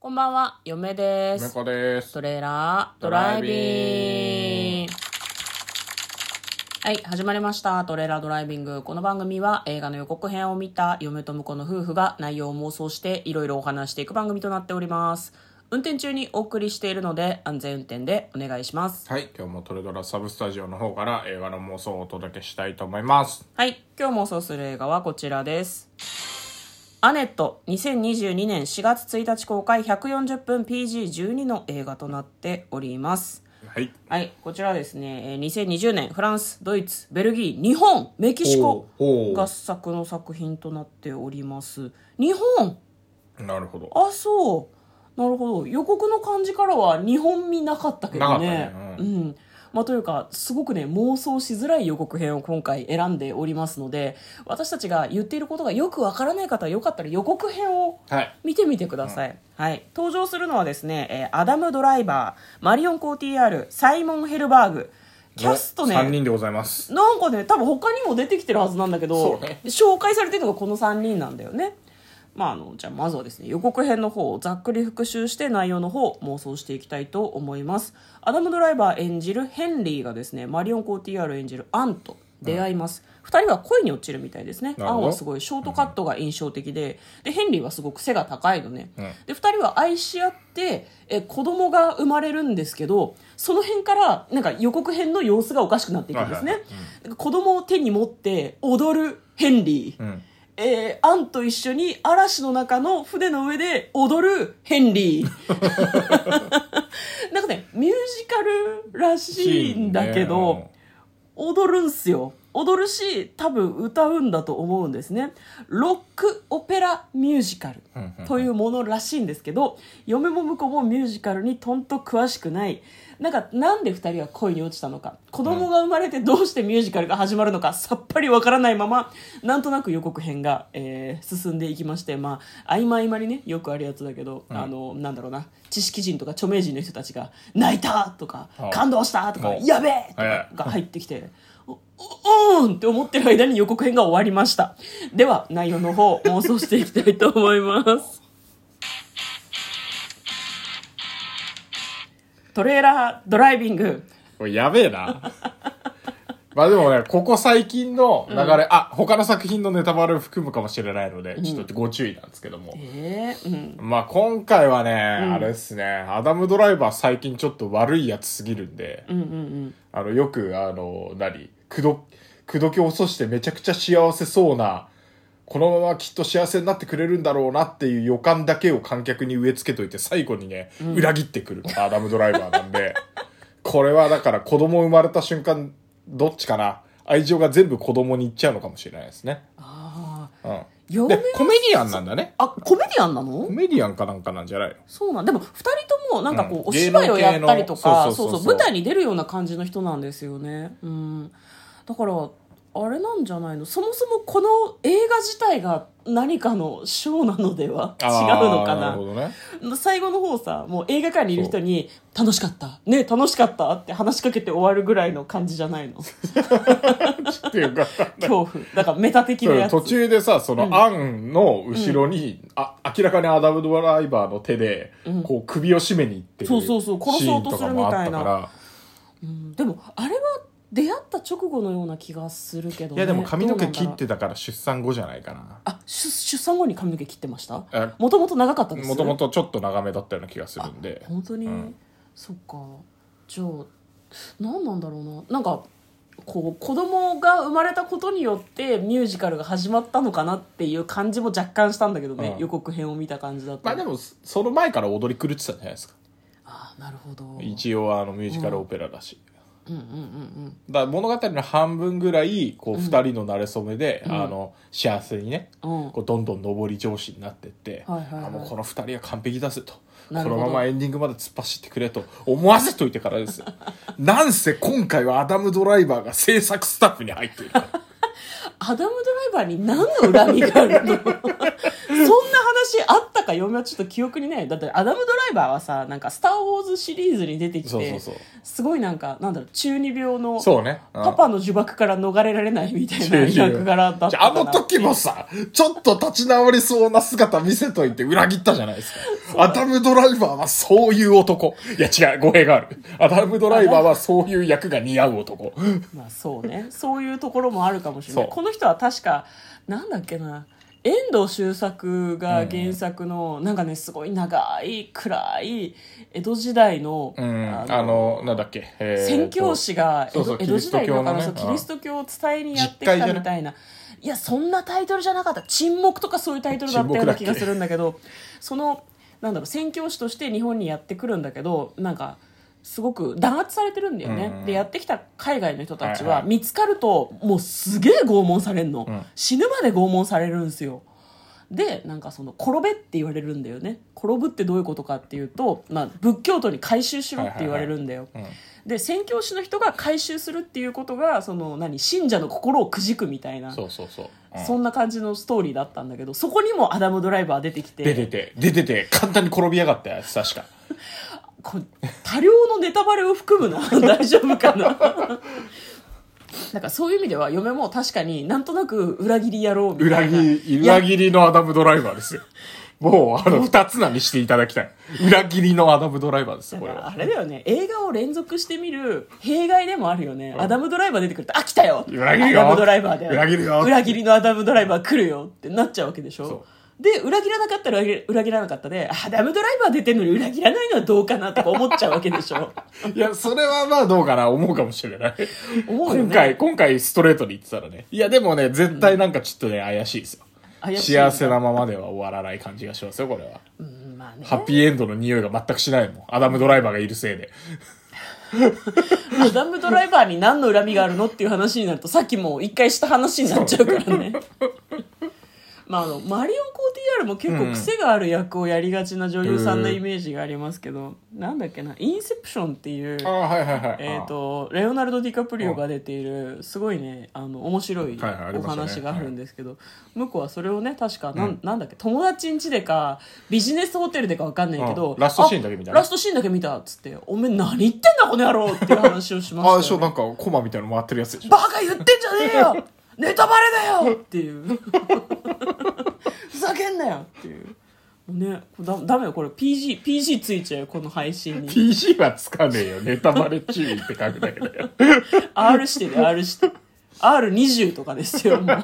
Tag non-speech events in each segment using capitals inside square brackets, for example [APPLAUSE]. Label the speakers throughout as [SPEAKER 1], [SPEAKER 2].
[SPEAKER 1] こんばんは、嫁で
[SPEAKER 2] メ
[SPEAKER 1] す。
[SPEAKER 2] コです。
[SPEAKER 1] トレーラードライビング。はい、始まりました。トレーラードライビング。この番組は映画の予告編を見た嫁と婿の夫婦が内容を妄想していろいろお話していく番組となっております。運転中にお送りしているので安全運転でお願いします。
[SPEAKER 2] はい、今日もトレドラサブスタジオの方から映画の妄想をお届けしたいと思います。
[SPEAKER 1] はい、今日妄想する映画はこちらです。アネット2022年4月1日公開140分 PG12 の映画となっております。
[SPEAKER 2] はい。
[SPEAKER 1] はい、こちらですね、えー2020年、フランス、ドイツ、ベルギー、日本、メキシコ
[SPEAKER 2] おうおう
[SPEAKER 1] 合作の作品となっております。日本
[SPEAKER 2] なるほど。
[SPEAKER 1] あ、そう。なるほど。予告の感じからは日本味なかったけどね。
[SPEAKER 2] なかったねう
[SPEAKER 1] うん。まあ、というか、すごくね、妄想しづらい予告編を今回選んでおりますので、私たちが言っていることがよくわからない方はよかったら予告編を
[SPEAKER 2] はい。
[SPEAKER 1] 見てみてください、はい、登場するのはですね、えーアダム・ドライバーマリオン・コーティアールサイモン・ヘルバーグキャストね
[SPEAKER 2] 3人でございます。
[SPEAKER 1] なんかね多分他にも出てきてるはずなんだけど、
[SPEAKER 2] そうね
[SPEAKER 1] 紹介されてるのがこの3人なんだよねまあ、あのじゃあまずはですね予告編の方をざっくり復習して内容の方を妄想していきたいと思いますアダム・ドライバー演じるヘンリーがですねマリオン・コーティアール演じるアンと出会います、2人は恋に落ちるみたいですね
[SPEAKER 2] なる
[SPEAKER 1] ア
[SPEAKER 2] ほど
[SPEAKER 1] ンはすごいショートカットが印象的で,、でヘンリーはすごく背が高いのね、
[SPEAKER 2] うん
[SPEAKER 1] で2人は愛し合ってえ子供が生まれるんですけどその辺からなんか予告編の様子がおかしくなっていくんですね、
[SPEAKER 2] はいは
[SPEAKER 1] 子供を手に持って踊るヘンリー、
[SPEAKER 2] うん。
[SPEAKER 1] えーアンと一緒に嵐の中の船の上で踊るヘンリーなんかねミュージカルらしいんだけど、踊るんすよ踊るし多分歌うんだと思うんですねロックオペラミュージカル
[SPEAKER 2] うんうんうん
[SPEAKER 1] というものらしいんですけど嫁も婿もミュージカルにとんと詳しくないなんかなんで2人は恋に落ちたのか子供が生まれてどうしてミュージカルが始まるのかさっぱりわからないままなんとなく予告編が、えー進んでいきましてまあ合間合間にねよくあるやつだけど、あのなんだろうな知識人とか著名人の人たちが「泣いた!」とか
[SPEAKER 2] あ
[SPEAKER 1] 「感動した!」とか「
[SPEAKER 2] あ
[SPEAKER 1] やべえ!」と
[SPEAKER 2] はいは
[SPEAKER 1] か
[SPEAKER 2] い
[SPEAKER 1] が入ってきて、お、おーんって思ってる間に予告編が終わりました。では、内容の方、妄想していきたいと思います。 [LAUGHS] トレーラードライビング。
[SPEAKER 2] これやべえな。 [LAUGHS] まあでもね、ここ最近の流れ、あ、他の作品のネタバレを含むかもしれないので、ちょっとご注意なんですけども。
[SPEAKER 1] えー、うん。
[SPEAKER 2] まあ今回はね、あれですね、アダムドライバー最近ちょっと悪いやつすぎるんで、
[SPEAKER 1] うんうんうん。
[SPEAKER 2] あの、よく、あの、何、くど、くどきをそしてめちゃくちゃ幸せそうな、このままきっと幸せになってくれるんだろうなっていう予感だけを観客に植え付けといて、最後にね、裏切ってくるのがアダムドライバーなんで、 [LAUGHS] これはだから子供生まれた瞬間、どっちかな、愛情が全部子供に行っちゃうのかもしれないですね。
[SPEAKER 1] ああ。
[SPEAKER 2] うん。
[SPEAKER 1] 嫁は、
[SPEAKER 2] でコメディアンなんだね。
[SPEAKER 1] あ、コメディアンな
[SPEAKER 2] コ
[SPEAKER 1] の
[SPEAKER 2] メディアンかなんかなんじゃないの
[SPEAKER 1] そうなんでも、二人とも、なんかこう、
[SPEAKER 2] うん
[SPEAKER 1] お芝居をやったりとか、
[SPEAKER 2] 芸
[SPEAKER 1] そう
[SPEAKER 2] 能系のそ
[SPEAKER 1] そう
[SPEAKER 2] そうそうそう
[SPEAKER 1] う、舞台に出るような感じの人なんですよね。うん。だから、あれなんじゃないのそもそもこの映画自体が何かのショーなのでは違うのか
[SPEAKER 2] あーな
[SPEAKER 1] な
[SPEAKER 2] るほどね。
[SPEAKER 1] 最後の方さ、もう映画館にいる人に、楽しかった。ね楽しかったって話しかけて終わるぐらいの感じじゃ
[SPEAKER 2] [LAUGHS]
[SPEAKER 1] ないの
[SPEAKER 2] ってい
[SPEAKER 1] [LAUGHS]
[SPEAKER 2] うか、
[SPEAKER 1] 恐怖。だからメタ的なやつ。
[SPEAKER 2] 途中でさ、その、アンの後ろに、あ、明らかにアダムドライバーの手で、こう、首を絞めにいってる。
[SPEAKER 1] そうそうそう殺そうとするみたいな
[SPEAKER 2] シーンとかもあっ
[SPEAKER 1] うんでも、あれは出会った直後のような気がするけど、ね、
[SPEAKER 2] ら。いや、でも髪の毛
[SPEAKER 1] どうなんだ
[SPEAKER 2] 切
[SPEAKER 1] ろう
[SPEAKER 2] ってたから出産後じゃないかな。
[SPEAKER 1] あ出出産後に髪の毛切ってました
[SPEAKER 2] え
[SPEAKER 1] もともと長かったんです
[SPEAKER 2] もともとちょっと長めだったような気がするんで。
[SPEAKER 1] 本当に、
[SPEAKER 2] うん
[SPEAKER 1] そっかじゃあ何なんだろうななんかこう子供が生まれたことによってミュージカルが始まったのかなっていう感じも若干したんだけどね、
[SPEAKER 2] うん
[SPEAKER 1] 予告編を見た感じだと、
[SPEAKER 2] まあでも、その前から踊り狂ってたじゃないですか。
[SPEAKER 1] ああなるほど
[SPEAKER 2] 一応、あの、ミュージカルオペラだし。
[SPEAKER 1] うんうんうん
[SPEAKER 2] だから物語の半分ぐらい、こう、二人の馴れ初めで、あの、幸せにね、
[SPEAKER 1] うんうん
[SPEAKER 2] こうどんどん上り調子になってって、
[SPEAKER 1] はいはいはい
[SPEAKER 2] あもうこの2人は完璧だぜと。こ
[SPEAKER 1] なるほ
[SPEAKER 2] の
[SPEAKER 1] ど
[SPEAKER 2] ままエンディングまで突っ走ってくれと思わせといてか
[SPEAKER 1] [LAUGHS]
[SPEAKER 2] らですよ。なんせ今回はアダム・ドライバーが制作スタッフに入っているから。
[SPEAKER 1] [LAUGHS] アダム・ドライバーに何の恨みがあるのそんな話あったか嫁はちょっと記憶にねだってアダム・ドライバーはさ「なんかスター・ウォーズ」シリーズに出てきて
[SPEAKER 2] そうそうそう
[SPEAKER 1] すごいなんかなんだろう中二病の
[SPEAKER 2] そうね。うん
[SPEAKER 1] パパの呪縛から逃れられないみた
[SPEAKER 2] [LAUGHS]
[SPEAKER 1] いな役柄だった
[SPEAKER 2] じ
[SPEAKER 1] か
[SPEAKER 2] ゃあ
[SPEAKER 1] な
[SPEAKER 2] あの時もさ、ちょっと立ち直りそうな姿見せといて裏切ったじゃないですか。アダム・ドライバーはそういう男。いや違う、語弊がある。アダム・ドライバーはそういう役が似合う男。
[SPEAKER 1] まあそうねそういうところもあるかもしれない
[SPEAKER 2] そう
[SPEAKER 1] この人は確かなんだっけな遠藤周作が原作の、なんかねすごい長い暗い江戸時代の、
[SPEAKER 2] うん、あの、なんだっけ。えー
[SPEAKER 1] 宣教師が
[SPEAKER 2] そ
[SPEAKER 1] 江
[SPEAKER 2] うそ
[SPEAKER 1] 戸
[SPEAKER 2] う
[SPEAKER 1] 江戸時代だから
[SPEAKER 2] キリスト教のね
[SPEAKER 1] そう
[SPEAKER 2] うん
[SPEAKER 1] キリスト教を伝えにやってきたみたいな。いやそんなタイトルじゃなかった沈黙とかそういうタイトルだったような気がするんだけどそのなんだろう宣教師として日本にやってくるんだけどなんかすごく弾圧されてるんだよね、
[SPEAKER 2] うん
[SPEAKER 1] でやってきた海外の人たち
[SPEAKER 2] はい
[SPEAKER 1] は
[SPEAKER 2] はい
[SPEAKER 1] 見つかるともうすげえ拷問されるの、
[SPEAKER 2] うん
[SPEAKER 1] 死ぬまで拷問されるんですよでなんかその転べって言われるんだよね転ぶってどういうことかっていうと、まあ、仏教徒に回収しろって言われるんだよ、
[SPEAKER 2] うん
[SPEAKER 1] で宣教師の人が回収するっていうことがその何信者の心をくじくみたいな
[SPEAKER 2] そうそうそう。うん
[SPEAKER 1] そんな感じのストーリーだったんだけどそこにもアダム・ドライバー出てきて
[SPEAKER 2] 出てて、出てて、簡単に転びやがったやつ、確か。
[SPEAKER 1] こう多量のネタバレを含むな [LAUGHS] 大丈夫かな [LAUGHS] なんかそういう意味では嫁も確かになんとなく裏切り野郎みた
[SPEAKER 2] 裏
[SPEAKER 1] いな
[SPEAKER 2] 切り、
[SPEAKER 1] いや
[SPEAKER 2] 裏切りのアダム・ドライバーですよ。もう、あの、二つなにしていただきたい。裏切りのアダム・ドライバーですよ、これ
[SPEAKER 1] だからあ
[SPEAKER 2] は。
[SPEAKER 1] れだよね映画を連続して見る弊害でもあるよね、アダム・ドライバー出てくると「あ来たよ!」
[SPEAKER 2] 裏切るよ
[SPEAKER 1] アダム・ドライバーだよ
[SPEAKER 2] 裏切るよ
[SPEAKER 1] 裏切りのアダム・ドライバー来るよってなっちゃうわけでし
[SPEAKER 2] そ
[SPEAKER 1] ょで裏切らなかったら裏切裏切らなかったでアダム・ドライバー出てるのに裏切らないのはどうかなとか思っちゃうわけでし
[SPEAKER 2] [LAUGHS]
[SPEAKER 1] ょ
[SPEAKER 2] いや、それはまあどうかな、思うかもしれない。
[SPEAKER 1] 思うよね
[SPEAKER 2] 今回、今回ストレートに言ってたらね。いや、でもね、絶対なんかちょっとね、怪しいですよ。
[SPEAKER 1] 怪しい
[SPEAKER 2] 幸せなままでは終わらない感じがしますよ、これは。
[SPEAKER 1] うんまあね
[SPEAKER 2] ハッピーエンドの匂いが全くしないもん。アダム・ドライバーがいるせいで。
[SPEAKER 1] アダム・ドライバーに何の恨みがあるのっていう話になるとさっきもう一回した話になっちゃうからねまあ、あのマリオン・コーティアールも結構癖がある役をやりがちな女優さんのイメージがありますけど、なんだっけな「インセプション」っていう、
[SPEAKER 2] ああ、はいはいはい。
[SPEAKER 1] えー、とレオナルド・ディカプリオが出ているすごいねあの面白い
[SPEAKER 2] はいはいあり
[SPEAKER 1] お
[SPEAKER 2] ましたね
[SPEAKER 1] 話があるんですけど、向こうはそれをね確かなん,、なんだっけ友達ん家でかビジネスホテルでか分かんないけど、
[SPEAKER 2] うんラストシーンだけ見た
[SPEAKER 1] あ
[SPEAKER 2] ね
[SPEAKER 1] ラストシーンだけ見たっつって「おめえ何言ってんだこの野郎」っていう話をしま
[SPEAKER 2] ああ、で
[SPEAKER 1] し
[SPEAKER 2] したょ、
[SPEAKER 1] よね、
[SPEAKER 2] なんかコマみたいなの回ってるやつでしょ。
[SPEAKER 1] バカ言ってんじゃねえよネタバレだよっていうふざけんなよっていうねだダメよこれ PG, PG ついちゃうよこの配信に
[SPEAKER 2] PG はつかねえよ。ネタバレ注意って書くだけだよ。
[SPEAKER 1] R してで R して R20 とかですよもう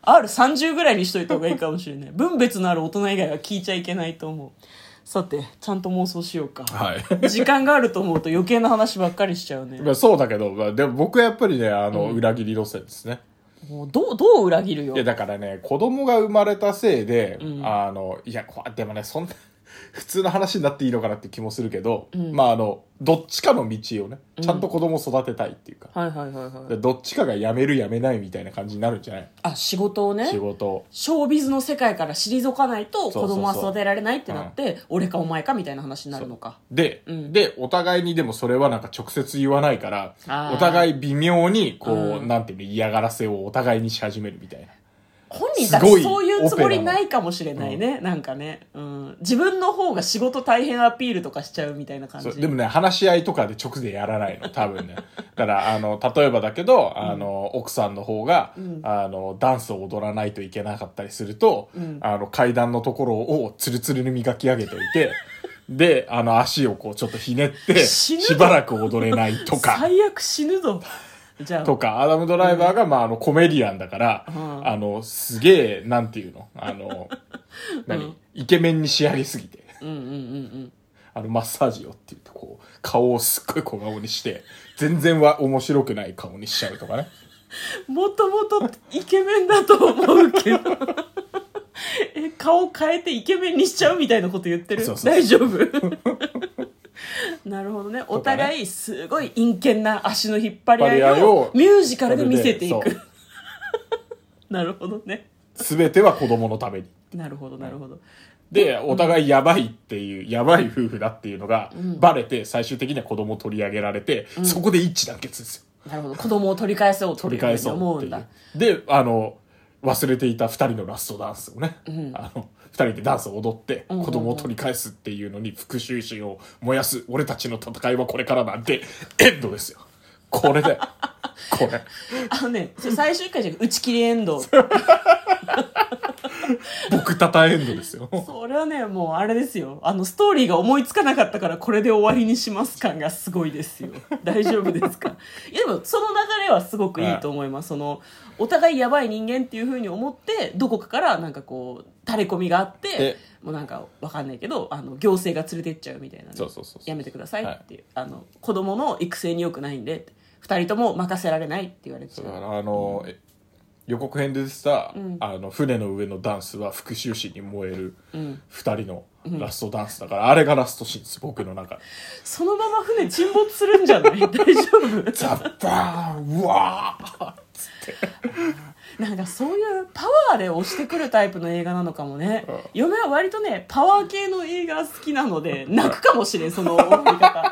[SPEAKER 1] R30 ぐらいにしといた方がいいかもしれない分別のある大人以外は聞いちゃいけないと思うさてちゃんと妄想しようか、
[SPEAKER 2] [LAUGHS] はい。
[SPEAKER 1] 時間があると思うと余計な話ばっかりしちゃうね
[SPEAKER 2] まあそうだけど、まあ、でも僕はやっぱりね、あの、裏切り路線ですね。
[SPEAKER 1] もうどうどう裏切るよ
[SPEAKER 2] いや、だからね、子供が生まれたせいで、
[SPEAKER 1] ん
[SPEAKER 2] あの、いや、こでもね、そんな、 [LAUGHS] 普通の話になっていいのかなって気もするけど、まああの、どっちかの道をね、ちゃんと子供育てたいっていうか、
[SPEAKER 1] はいはいはいはい
[SPEAKER 2] でどっちかが辞める辞めないみたいな感じになるんじゃない
[SPEAKER 1] あ仕事をね
[SPEAKER 2] 仕事を。
[SPEAKER 1] ショービズの世界から退かないと
[SPEAKER 2] そ
[SPEAKER 1] 子
[SPEAKER 2] うそうそう
[SPEAKER 1] 供は育てられないってなって俺かお前かみたいな話になるのか
[SPEAKER 2] で、
[SPEAKER 1] うん
[SPEAKER 2] で、お互いにでもそれはなんか直接言わないから
[SPEAKER 1] あ、ー
[SPEAKER 2] お互い微妙に、こう、
[SPEAKER 1] うん
[SPEAKER 2] なんていうの、嫌がらせをお互いにし始めるみたいな。
[SPEAKER 1] 本人た
[SPEAKER 2] すご
[SPEAKER 1] ち
[SPEAKER 2] い
[SPEAKER 1] そういうつもりないかもしれないねなんかね、うん、自分の方が仕事大変アピールとかしちゃうみたいな感じ
[SPEAKER 2] そうでもね、話し合いとかで直でやらない
[SPEAKER 1] [LAUGHS]
[SPEAKER 2] の、多分ね。だから、あの、例えばだけど、あの、奥さんの方が、あの、ダンスを踊らないといけなかったりすると、あの、階段のところをツルツルに磨き上げとい
[SPEAKER 1] [LAUGHS]
[SPEAKER 2] て、で、あの、足をこう、ちょっとひねって、
[SPEAKER 1] 死ぬ
[SPEAKER 2] しばらく踊れないとか。
[SPEAKER 1] 最悪死ぬ
[SPEAKER 2] [LAUGHS]
[SPEAKER 1] ぞじゃあ
[SPEAKER 2] とか、アダム・ドライバーが、まあ、あの、コメディアンだから、
[SPEAKER 1] うん
[SPEAKER 2] あの、すげえ、なんていうのあ
[SPEAKER 1] [LAUGHS]
[SPEAKER 2] の、何、イケメンに仕上げすぎて、
[SPEAKER 1] うんうんうんうん
[SPEAKER 2] あの、マッサージをって言って、こう、顔をすっごい小顔にして、全然は面白くない顔にしちゃうとかね。
[SPEAKER 1] もともとイケメンだと思うけど [LAUGHS] え顔変えてイケメンにしちゃうみたいなこと言ってる
[SPEAKER 2] そうそう
[SPEAKER 1] 大丈夫
[SPEAKER 2] [LAUGHS]
[SPEAKER 1] なるほどねお互いすごい陰険な足の引っ張り合いを
[SPEAKER 2] 引っ張り合いを
[SPEAKER 1] ミュージカルで見せてい
[SPEAKER 2] それで
[SPEAKER 1] く [LAUGHS] なるほどね
[SPEAKER 2] すべては子供のために。
[SPEAKER 1] なるほどなるほど
[SPEAKER 2] で、お互いやばいっていう、やばい夫婦だっていうのが、バレて、最終的には子供を取り上げられて、そこで一致団結ですよ。
[SPEAKER 1] なるほど子供を取り返そうって
[SPEAKER 2] 取
[SPEAKER 1] いうふ
[SPEAKER 2] り
[SPEAKER 1] う
[SPEAKER 2] 返
[SPEAKER 1] に
[SPEAKER 2] そう
[SPEAKER 1] 思う
[SPEAKER 2] って
[SPEAKER 1] ん
[SPEAKER 2] い
[SPEAKER 1] だ
[SPEAKER 2] う。で、あの、忘れていた二人のラストダンスをね、あの、 2人でダンスを踊って
[SPEAKER 1] んうんうん
[SPEAKER 2] 子供を取り返すっていうのに復讐心を燃やす俺たちの戦いはこれからなんてエンドですよこれだよこれ
[SPEAKER 1] あのね、それ最終回じゃなく打ち切りエンド。
[SPEAKER 2] 僕たたエンドですよ
[SPEAKER 1] それはね、もうあれですよ。あの、ストーリーが思いつかなかったから、これで終わりにします感がすごいです
[SPEAKER 2] [LAUGHS]
[SPEAKER 1] よ。大丈夫ですかいや、でも、その流れはすごくいいと思います。その、お互いやばい人間っていうふうに思って、どこかからなんかこう、垂れ込みがあって
[SPEAKER 2] え、
[SPEAKER 1] もうなんかわかんないけど、あの、行政が連れてっちゃうみたいなね、
[SPEAKER 2] そうそうそうそう
[SPEAKER 1] やめてくださいっていう。あの、子供の育成に良くないんでって、二人とも任せられないって言われちゃ
[SPEAKER 2] だ
[SPEAKER 1] う。
[SPEAKER 2] からあの、え予告編でさ、あの船の上のダンスは復讐心に燃える2人のラストダンスだから、あれがラストシーンです僕の中で
[SPEAKER 1] そのまま船沈没するんじゃない [LAUGHS] 大丈夫
[SPEAKER 2] ザッバーンうわー
[SPEAKER 1] なんかそういうパワーで押してくるタイプの映画なのかもね、
[SPEAKER 2] うん
[SPEAKER 1] 嫁は割とねパワー系の映画好きなので泣くかもしれんその見方うわー2人とも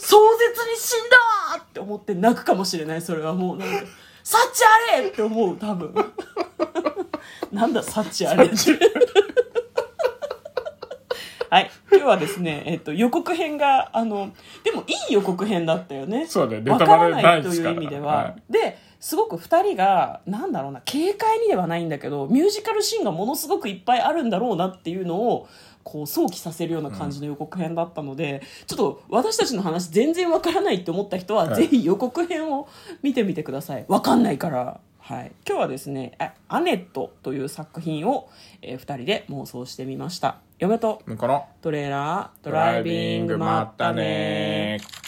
[SPEAKER 1] 壮絶に死んだわーって思って泣くかもしれないそれはもうなんか「サチあれ!」って思う多分なんだサチあれってはい今日はですね、えっと、予告編があのでもいい予告編だったよね
[SPEAKER 2] そうだねネ
[SPEAKER 1] わ
[SPEAKER 2] タ
[SPEAKER 1] から
[SPEAKER 2] バ
[SPEAKER 1] な
[SPEAKER 2] レない
[SPEAKER 1] い
[SPEAKER 2] で
[SPEAKER 1] と
[SPEAKER 2] す
[SPEAKER 1] い
[SPEAKER 2] か
[SPEAKER 1] う
[SPEAKER 2] ら
[SPEAKER 1] 意味では、
[SPEAKER 2] は
[SPEAKER 1] ですごく2人がなんだろうな軽快にではないんだけどミュージカルシーンがものすごくいっぱいあるんだろうなっていうのをこう想起させるような感じの予告編だったので、ちょっと私たちの話全然わからないって思った人は、
[SPEAKER 2] はい
[SPEAKER 1] ぜひ予告編を見てみてくださいわかんないから。はい、今日はですね「あアネット」という作品を、え2人で妄想してみました嫁と
[SPEAKER 2] いこの
[SPEAKER 1] トレーラード
[SPEAKER 2] ド
[SPEAKER 1] ライビングまったね
[SPEAKER 2] ー